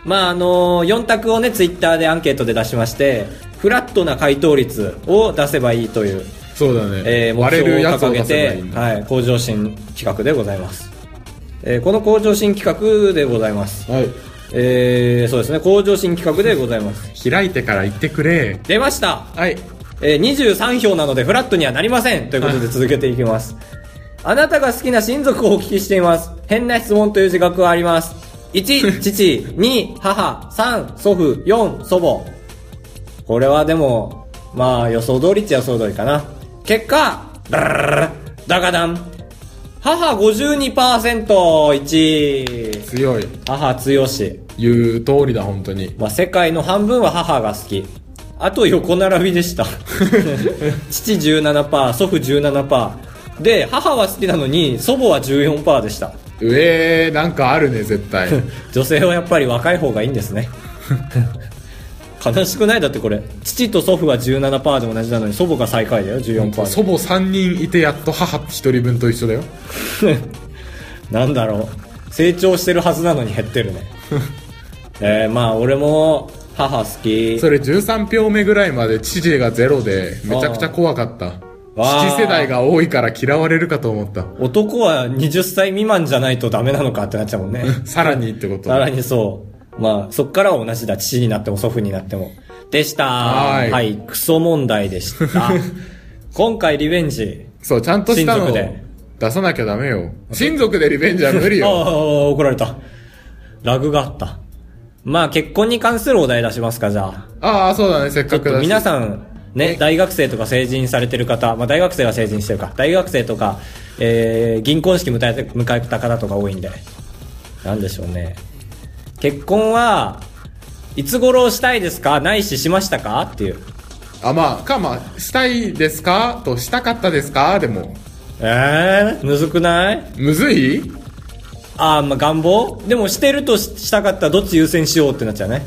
Speaker 1: まああの4択をねツイッターでアンケートで出しましてフラットな回答率を出せばいいという、
Speaker 2: そうだね、
Speaker 1: えー、目
Speaker 2: 割れ
Speaker 1: 標を
Speaker 2: るやつを
Speaker 1: 掲げ
Speaker 2: 出せばい
Speaker 1: て
Speaker 2: いんだ、
Speaker 1: はい、向上心企画でございます、えーこの向上心企画でございます
Speaker 2: はい、
Speaker 1: えー、そうですね向上心企画でございます
Speaker 2: 開いてから言ってくれ
Speaker 1: 出ました
Speaker 2: はい
Speaker 1: えー23票なのでフラットにはなりませんということで続けていきます。あなたが好きな親族をお聞きしています。変な質問という自覚はあります。1、父、2、母、3、祖父、4、祖母。これはでも、まあ予想通りっちゃ予想通りかな。結果、ダララララダガダン。母 52%1 位。
Speaker 2: 強い
Speaker 1: 母強し。
Speaker 2: 言う通りだ本当に
Speaker 1: まあ、世界の半分は母が好き。あと横並びでした。父17%、祖父17%。で、母は好きなのに、祖母は14%でした。
Speaker 2: 上なんかあるね絶 対
Speaker 1: 女性はやっぱり若い方がいいんですね。悲しくないだってこれ。父と祖父は17%で同じなのに、祖母が最下位だよ、14%。
Speaker 2: 祖母3人いてやっと母1人分と一緒だよ
Speaker 1: なんだろう。成長してるはずなのに減ってるね。えー、まあ、俺も、母好き。
Speaker 2: それ13票目ぐらいまで知事がゼロでめちゃくちゃ怖かった
Speaker 1: あー
Speaker 2: 父世代が多いから嫌われるかと思った
Speaker 1: 男は20歳未満じゃないとダメなのかってなっちゃうもんね。
Speaker 2: さらにってこと
Speaker 1: さらにそう。まあ、そっからは同じだ。父になっても祖父になっても。でした。
Speaker 2: はーい
Speaker 1: クソ問題でした。 今回リベンジ。
Speaker 2: そうちゃんとしたの
Speaker 1: 親族
Speaker 2: を
Speaker 1: で
Speaker 2: 出さなきゃダメよ親族でリベンジは無理
Speaker 1: あ
Speaker 2: よ
Speaker 1: あ、怒られた。ラグがあった。まあ、結婚に関するお題出しますか、じゃあ。
Speaker 2: ああそうだねせっ
Speaker 1: ちょ
Speaker 2: か
Speaker 1: っ
Speaker 2: く
Speaker 1: と
Speaker 2: だし
Speaker 1: 皆さん、ね、大学生とか成人されてる方、まあ、大学生は成人してるか、大学生とか、えー、銀婚式迎えて、迎えた方とか多いんで、なんでしょうね。結婚は、いつ頃したいですかないししましたかっていう。
Speaker 2: あまあかまあしたいですかとしたかったですかでも
Speaker 1: えー、むずくない
Speaker 2: むずい
Speaker 1: あー、まあ願望でもしてるとししたかったらどっち優先しようってなっちゃうね。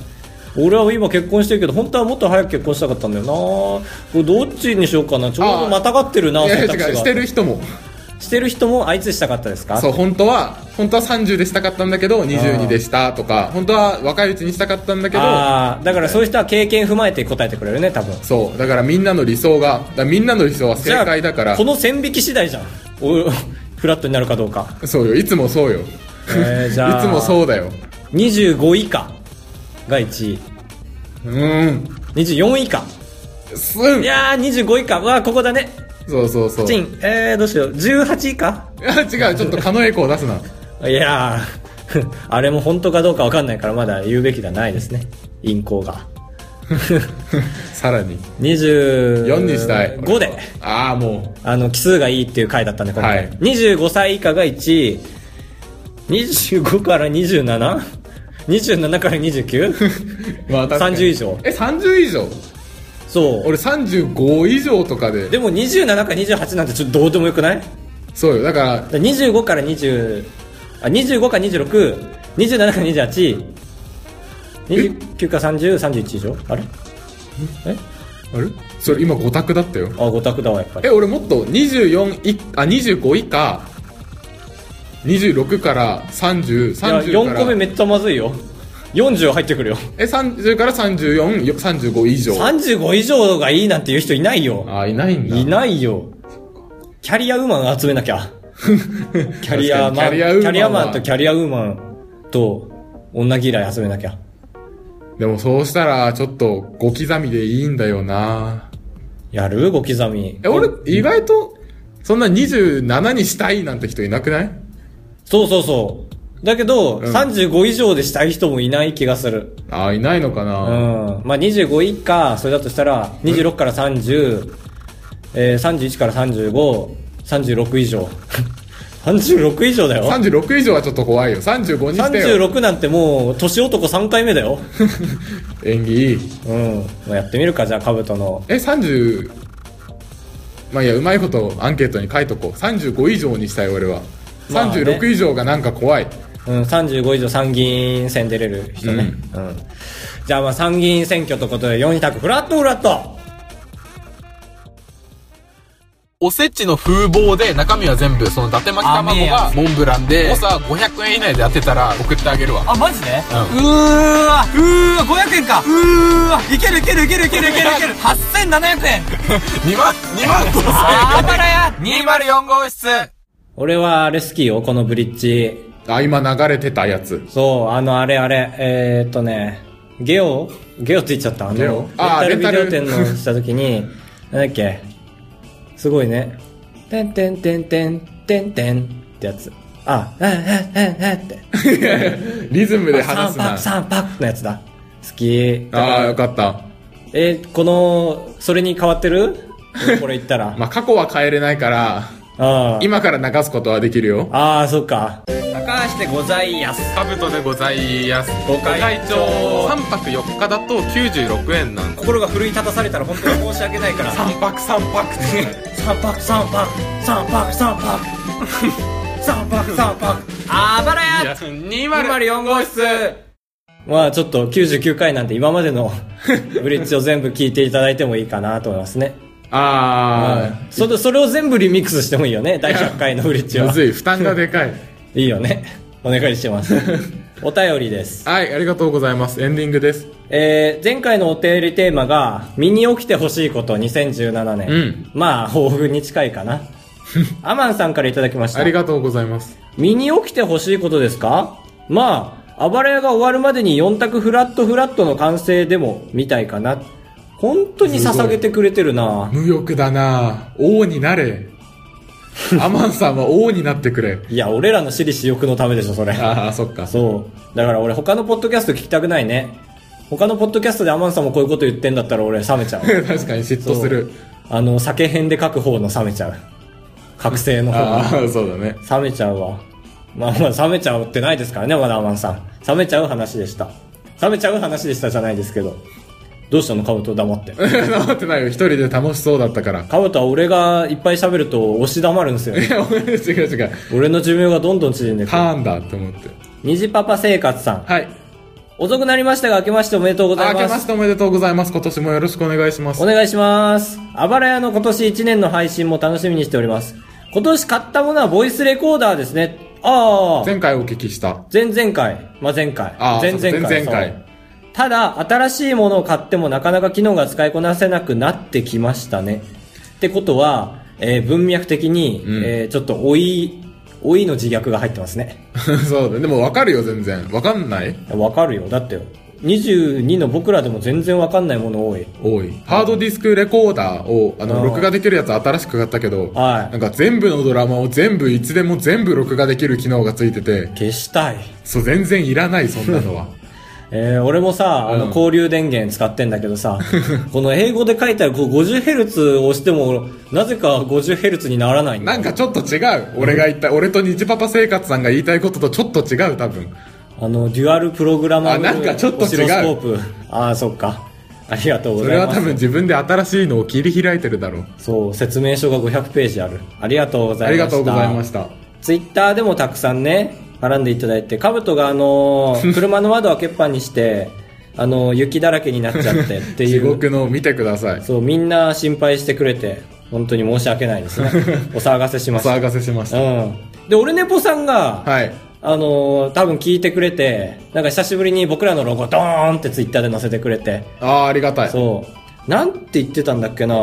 Speaker 1: 俺は今結婚してるけど、本当はもっと早く結婚したかったんだよなこれどっちにしようかなちょうどまたがってるない
Speaker 2: や
Speaker 1: 選
Speaker 2: 違う
Speaker 1: 択肢が。
Speaker 2: してる人も
Speaker 1: してる人もあいつしたかったですか
Speaker 2: そう本当は本当は30でしたかったんだけど22でしたとか本当は若いうちにしたかったんだけど
Speaker 1: ああだからそういう人は経験踏まえて答えてくれるね多分
Speaker 2: そうだからみんなの理想がだからみんなの理想は正解だか
Speaker 1: じ
Speaker 2: ら
Speaker 1: ゃあこの線引き次第じゃんお フラットになるかどうか
Speaker 2: そうよいつもそうよ、
Speaker 1: えーじゃあ
Speaker 2: いつもそうだよ
Speaker 1: 25以下が1位
Speaker 2: うーん
Speaker 1: 24以下
Speaker 2: すん
Speaker 1: いやー25以下うわーここだね
Speaker 2: そうそうそう
Speaker 1: チンえー、どうしよう18以下
Speaker 2: あ違うちょっと狩野英孝を出すない
Speaker 1: やー あれも本当かどうかわかんないからまだ言うべきではないですね陰行が
Speaker 2: さらに
Speaker 1: 24
Speaker 2: 4にしたい
Speaker 1: 5で
Speaker 2: ああも
Speaker 1: あの、奇数がいいっていう回だったんで、今回。
Speaker 2: はい
Speaker 1: 25歳以下が1位、25から 27?27 から 29?
Speaker 2: う、まあ、確かに
Speaker 1: 30以上
Speaker 2: え30以上
Speaker 1: そう。
Speaker 2: 俺35以上とかで
Speaker 1: でも27から28なんてちょっとどうでもよくないだか
Speaker 2: そうよだから
Speaker 1: ら ?25 から20、あ、25から26、27から28、29から30、31以上あれえ
Speaker 2: あれそれ今5択だったよ
Speaker 1: あ、5択だわ、やっぱり
Speaker 2: え。俺もっと24いあ25以下26から3030
Speaker 1: いや、
Speaker 2: か
Speaker 1: 4
Speaker 2: ら
Speaker 1: 個目めっちゃまずいよ。40入ってくるよ。
Speaker 2: え30から3435以上
Speaker 1: 35以上がいいなんていう人いないよ。
Speaker 2: あいないんだ
Speaker 1: いないよ。キャリアウーマン集めなきゃ。キャリアマン、
Speaker 2: 確
Speaker 1: キ
Speaker 2: かに
Speaker 1: ャ
Speaker 2: キャ
Speaker 1: リ
Speaker 2: リ
Speaker 1: ア
Speaker 2: ア
Speaker 1: マ
Speaker 2: マンは
Speaker 1: ンとキャリアウーマンと女嫌い集めなきゃ。
Speaker 2: でもそうしたらちょっと5刻みでいいんだよな
Speaker 1: やるご刻み
Speaker 2: え。俺意外とそんな27にしたいなんて人いなくない
Speaker 1: そうそうそう。だけど、
Speaker 2: ん
Speaker 1: 35以上でしたい人もいない気がする。
Speaker 2: あいないのか
Speaker 1: うん。
Speaker 2: な、
Speaker 1: まあ、25以下、それだとしたら、26から30、えー、31から35、36以上。36以上だよ。
Speaker 2: 36以上はちょっと怖いよ35にしてよ
Speaker 1: 36なんてもう、年男3回目だよ。
Speaker 2: 演技いい
Speaker 1: うん。まあやってみるか、じゃあ、カブトの
Speaker 2: え30まあいいやうまいことアンケートに書いとこう35以上にしたい俺は
Speaker 1: まあね
Speaker 2: 36以上がなんか怖い、
Speaker 1: うん、35以上参議院選出れる人ね。うん。じゃあまあ参議院選挙ということで4択フラットフラット
Speaker 3: おせちの風貌で中身は全部その伊達巻き
Speaker 1: 甘え
Speaker 3: 卵
Speaker 1: や
Speaker 3: がモンブランで誤差500円以内で当てたら送ってあげるわ
Speaker 1: あ、マジで
Speaker 3: う
Speaker 1: ーわうーわ !500 円かうーわいけるいけるいけるいけるいけるいける !8700 円
Speaker 3: 2万2万5000円
Speaker 1: ばらや
Speaker 3: 204号室
Speaker 1: 俺はあれ好きよ、このブリッジ。
Speaker 2: あ今流れてたやつ
Speaker 1: そう、あのあれあれ、えー、っとね、ゲオゲオついちゃったあの、
Speaker 2: ゲオ
Speaker 1: レン
Speaker 2: あ
Speaker 1: タ
Speaker 2: ー
Speaker 1: ルビデオ
Speaker 2: レ
Speaker 1: 店
Speaker 2: ンタル
Speaker 1: のした時に、なんだっけ、すごいね。てんてんてんてんてんてんってやつ。あ、えんえんえんえんって。
Speaker 2: リズムで
Speaker 1: 3
Speaker 2: 話す
Speaker 1: パッ
Speaker 2: な
Speaker 1: ク、3パックのやつだ。好き。だから
Speaker 2: ああーよかった
Speaker 1: えーこの、それに変わってるこれ言ったら。
Speaker 2: まあ過去は変えれないから
Speaker 1: あー
Speaker 2: 今から流すことはできるよ
Speaker 1: あー、そっか。高橋でございやす。
Speaker 3: カブトでございやす
Speaker 1: ご会長
Speaker 3: 3泊4日だと96円なん
Speaker 1: 心が奮い立たされたら本当に申し訳ないから。
Speaker 3: 3泊3泊
Speaker 1: 三泊三泊三泊三泊 三泊三泊あばらや
Speaker 3: 204号室
Speaker 1: まあちょっと99回なんて今まで のブリッジを全部聞いていただいてもいいかなと思いますね、
Speaker 2: あ
Speaker 1: それそれを全部リミックスしてもいいよね第100回のブリッジ
Speaker 2: あむ
Speaker 1: は
Speaker 2: ずい負担がで かい
Speaker 1: いいよ ねお願いしますお便りです、
Speaker 2: はいありがとうございますエンディングです
Speaker 1: えー、前回のお便りテーマが「身に起きてほしいこと2017年」
Speaker 2: うん
Speaker 1: まあ抱負に近いか なアマンさんからいただきました
Speaker 2: ありがとうございます
Speaker 1: 身に起きてほしいことですかまあ、暴れ屋が終わるまでに4択フラットフラットの完成でもみたいかな。本当に捧げてくれてるな。
Speaker 2: 無欲だな王にな れアマンさんは王になってくれ
Speaker 1: いや、俺らの私利私欲のためでしょ、それ。
Speaker 2: ああそっか
Speaker 1: そう。だから俺他のポッドキャスト聞きたくないね。他のポッドキャストでアマンさんもこういうこと言ってんだったら俺冷めちゃう。
Speaker 2: 確かに 嫉妬する。
Speaker 1: あの、酒編で書く方の冷めちゃう。覚醒の方
Speaker 2: ああ、そうだね。
Speaker 1: 冷めちゃうわ。まあまあ、冷めちゃうってないですからね、まだアマンさん。冷めちゃう話でした。冷めちゃう話でしたじゃないですけど。どうしたのカブト黙って。
Speaker 2: なってないよ。一人で楽しそうだったから。
Speaker 1: カブトは俺がいっぱい喋ると押し黙るんですよ
Speaker 2: い
Speaker 1: ね。
Speaker 2: や、お前違う違う。
Speaker 1: 俺の寿命がどんどん縮んでくる。
Speaker 2: ターンだと思って。
Speaker 1: 虹パパ生活さん。
Speaker 2: はい。
Speaker 1: 遅くなりましたが、明けましておめでとうござい
Speaker 2: あ
Speaker 1: ま
Speaker 2: 明
Speaker 1: す。
Speaker 2: けましておめでとうございます。今年もよろしくお願いします
Speaker 1: お。願いします。あばら屋の今年1年の配信も楽しみにしております。今年買ったものはボイスレコーダーですね。ああ。
Speaker 2: 前回お聞きした。
Speaker 1: 前々回。まあ、前回。
Speaker 2: あー
Speaker 1: 前々回。
Speaker 2: そう前々回
Speaker 1: そうただ、新しいものを買ってもなかなか機能が使いこなせなくなってきましたね。ってことは、えー文脈的に、
Speaker 2: うん
Speaker 1: えーちょっと老い、老いの自虐が入ってますね。
Speaker 2: そうだ。でもわかるよ、全然。わかんない
Speaker 1: わかるよ。だってよ。22の僕らでも全然わかんないもの多い。
Speaker 2: 多い。ハードディスクレコーダーを、あ
Speaker 1: あ
Speaker 2: の、
Speaker 1: ー
Speaker 2: 録画できるやつ新しく買ったけど、
Speaker 1: はい
Speaker 2: なんか全部のドラマを全部、いつでも全部録画できる機能がついてて、
Speaker 1: 消したい。
Speaker 2: そう、全然いらない、そんな のは。
Speaker 1: えー、俺もさ、あの、
Speaker 2: うん
Speaker 1: 交流電源使ってんだけど さ、この英語で書いてあるこう 50Hz を押しても、なぜか 50Hz にならないんだ。
Speaker 2: なんかちょっと違う。俺が言った、俺と日パパ生活さんが言いたいこととちょっと違う、多分。
Speaker 1: あの、デュアルプログラマー
Speaker 2: あなんかちょっと違う
Speaker 1: シロスコープ。ああ、そっか。ありがとうご
Speaker 2: そ
Speaker 1: ざ
Speaker 2: れ
Speaker 1: い
Speaker 2: は
Speaker 1: ます。
Speaker 2: 多分自分で新しいのを切り開いてるだろう。
Speaker 1: そう、説明書が500ページある。ありがとうござ
Speaker 2: あ
Speaker 1: い
Speaker 2: り
Speaker 1: ました。
Speaker 2: がとうございました。
Speaker 1: ツイッターでもたくさんね、絡んでいただいて、カブトがあの ー車の窓開けっぱにして、あのー雪だらけになっちゃってってい
Speaker 2: 地
Speaker 1: う。
Speaker 2: 獄の見てください。
Speaker 1: そう、みんな心配してくれて、本当に申し訳ない ですね。お騒がせし
Speaker 2: お
Speaker 1: ました。
Speaker 2: 騒がせしました。
Speaker 1: うん。で、俺ねぽさんが、
Speaker 2: はい。
Speaker 1: あのー多分聞いてくれて、なんか久しぶりに僕らのロゴドーンってツイッターで載せてくれて、
Speaker 2: ああ、ありがたい。
Speaker 1: そう。なんて言ってたんだっけな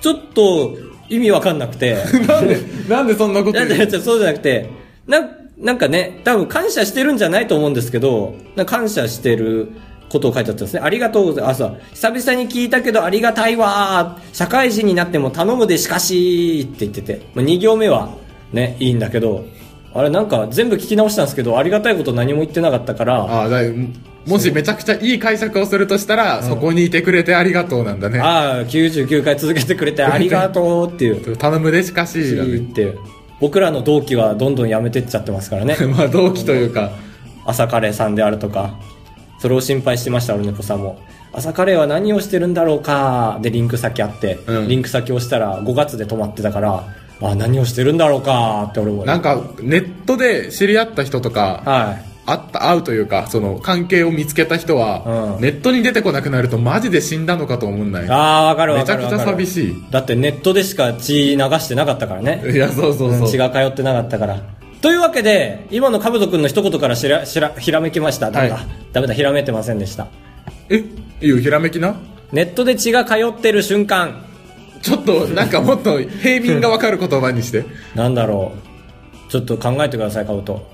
Speaker 1: ちょっと意味わかんなくて。
Speaker 2: なんで、なんでそんなこと
Speaker 1: いや
Speaker 2: 言
Speaker 1: いや
Speaker 2: う
Speaker 1: いやそうじゃなくて、な、なんかね、多分感謝してるんじゃないと思うんですけど、なんか感謝してることを書いてあったんですね。ありがとうございます。あ、そう。久々に聞いたけどありがたいわー。社会人になっても頼むでしかしーって言ってて。まあ、2行目はね、いいんだけど、あれなんか全部聞き直したんですけど、ありがたいこと何も言ってなかったから、
Speaker 2: ああ、だいもしめちゃくちゃいい解釈をするとしたら、そこにいてくれてありがとうなんだね。
Speaker 1: ああ、99回続けてくれてありがとうっていう。
Speaker 2: 頼むでしかしだね。
Speaker 1: っていう僕らの同期はどんどんやめてっちゃってますからね。
Speaker 2: まあ、同期というか、
Speaker 1: 朝カレーさんであるとか、それを心配してました、俺猫さんも。朝カレーは何をしてるんだろうか、でリンク先あって、
Speaker 2: うん
Speaker 1: リンク先押したら5月で止まってたから、あ、何をしてるんだろうか、って俺も。
Speaker 2: なんか、ネットで知り合った人とか、
Speaker 1: はい。
Speaker 2: 会った、会うというか、その、関係を見つけた人は
Speaker 1: う、ん
Speaker 2: ネットに出てこなくなるとマジで死んだのかと思んない。
Speaker 1: あー、わかるわ
Speaker 2: めち
Speaker 1: か
Speaker 2: ゃ
Speaker 1: る
Speaker 2: く
Speaker 1: わ
Speaker 2: ち
Speaker 1: かる。
Speaker 2: ゃ寂しい。
Speaker 1: だってネットでしか血流してなかったからね。
Speaker 2: いや、そうそう
Speaker 1: うん
Speaker 2: そう。
Speaker 1: 血が通ってなかったから。というわけで、今のカブト君の一言からしら、しら、ひらめきました。ダメだ。
Speaker 2: はい
Speaker 1: ダメだ、ひらめいてませんでした。
Speaker 2: え、いいよ、ひらめきな
Speaker 1: ネットで血が通ってる瞬間。
Speaker 2: ちょっと、なんかもっと 平民がわかる言葉にして。
Speaker 1: なんだろう。ちょっと考えてください、カブト。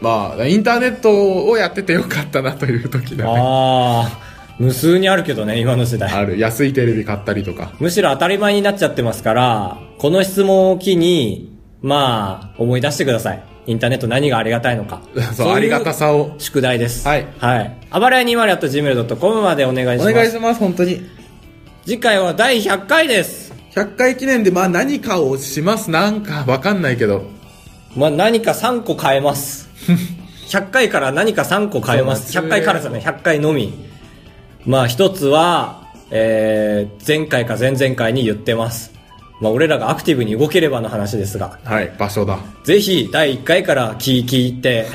Speaker 2: まあ、インターネットをやっててよかったなという時だね。
Speaker 1: ああ、無数にあるけどね、今の時代。
Speaker 2: ある。安いテレビ買ったりと か。。
Speaker 1: むしろ当たり前になっちゃってますから、この質問を機に、まあ、思い出してください。インターネット何がありがたいのか
Speaker 2: そう、ありがたさを。
Speaker 1: 宿題です。
Speaker 2: はい
Speaker 1: はい。あばれや 20.gmail.com までお願いし
Speaker 4: お
Speaker 1: ます。
Speaker 4: 願いします、本当に。
Speaker 1: 次回は第100回です。
Speaker 4: 100回記念で、まあ何かをし、
Speaker 2: します。なんか、わかんないけど。
Speaker 1: まあ、何か3個変えます。100回から何か3個変えます。
Speaker 2: そう
Speaker 1: 100回からですね、100回のみ。まあ、一つは、えー、前回か前々回に言ってます。まあ、俺らがアクティブに動ければの話ですが、
Speaker 2: はい、場所だ。
Speaker 1: ぜひ、第1回から聞い聞い て、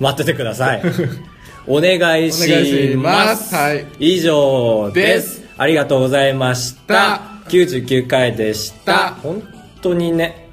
Speaker 1: 待っててください。お願いし
Speaker 2: お願いし
Speaker 1: ま。
Speaker 2: ますすはい
Speaker 1: 以上で
Speaker 2: です
Speaker 1: す。ありがとうございましたた。99回でした。
Speaker 2: た
Speaker 1: 本当にね、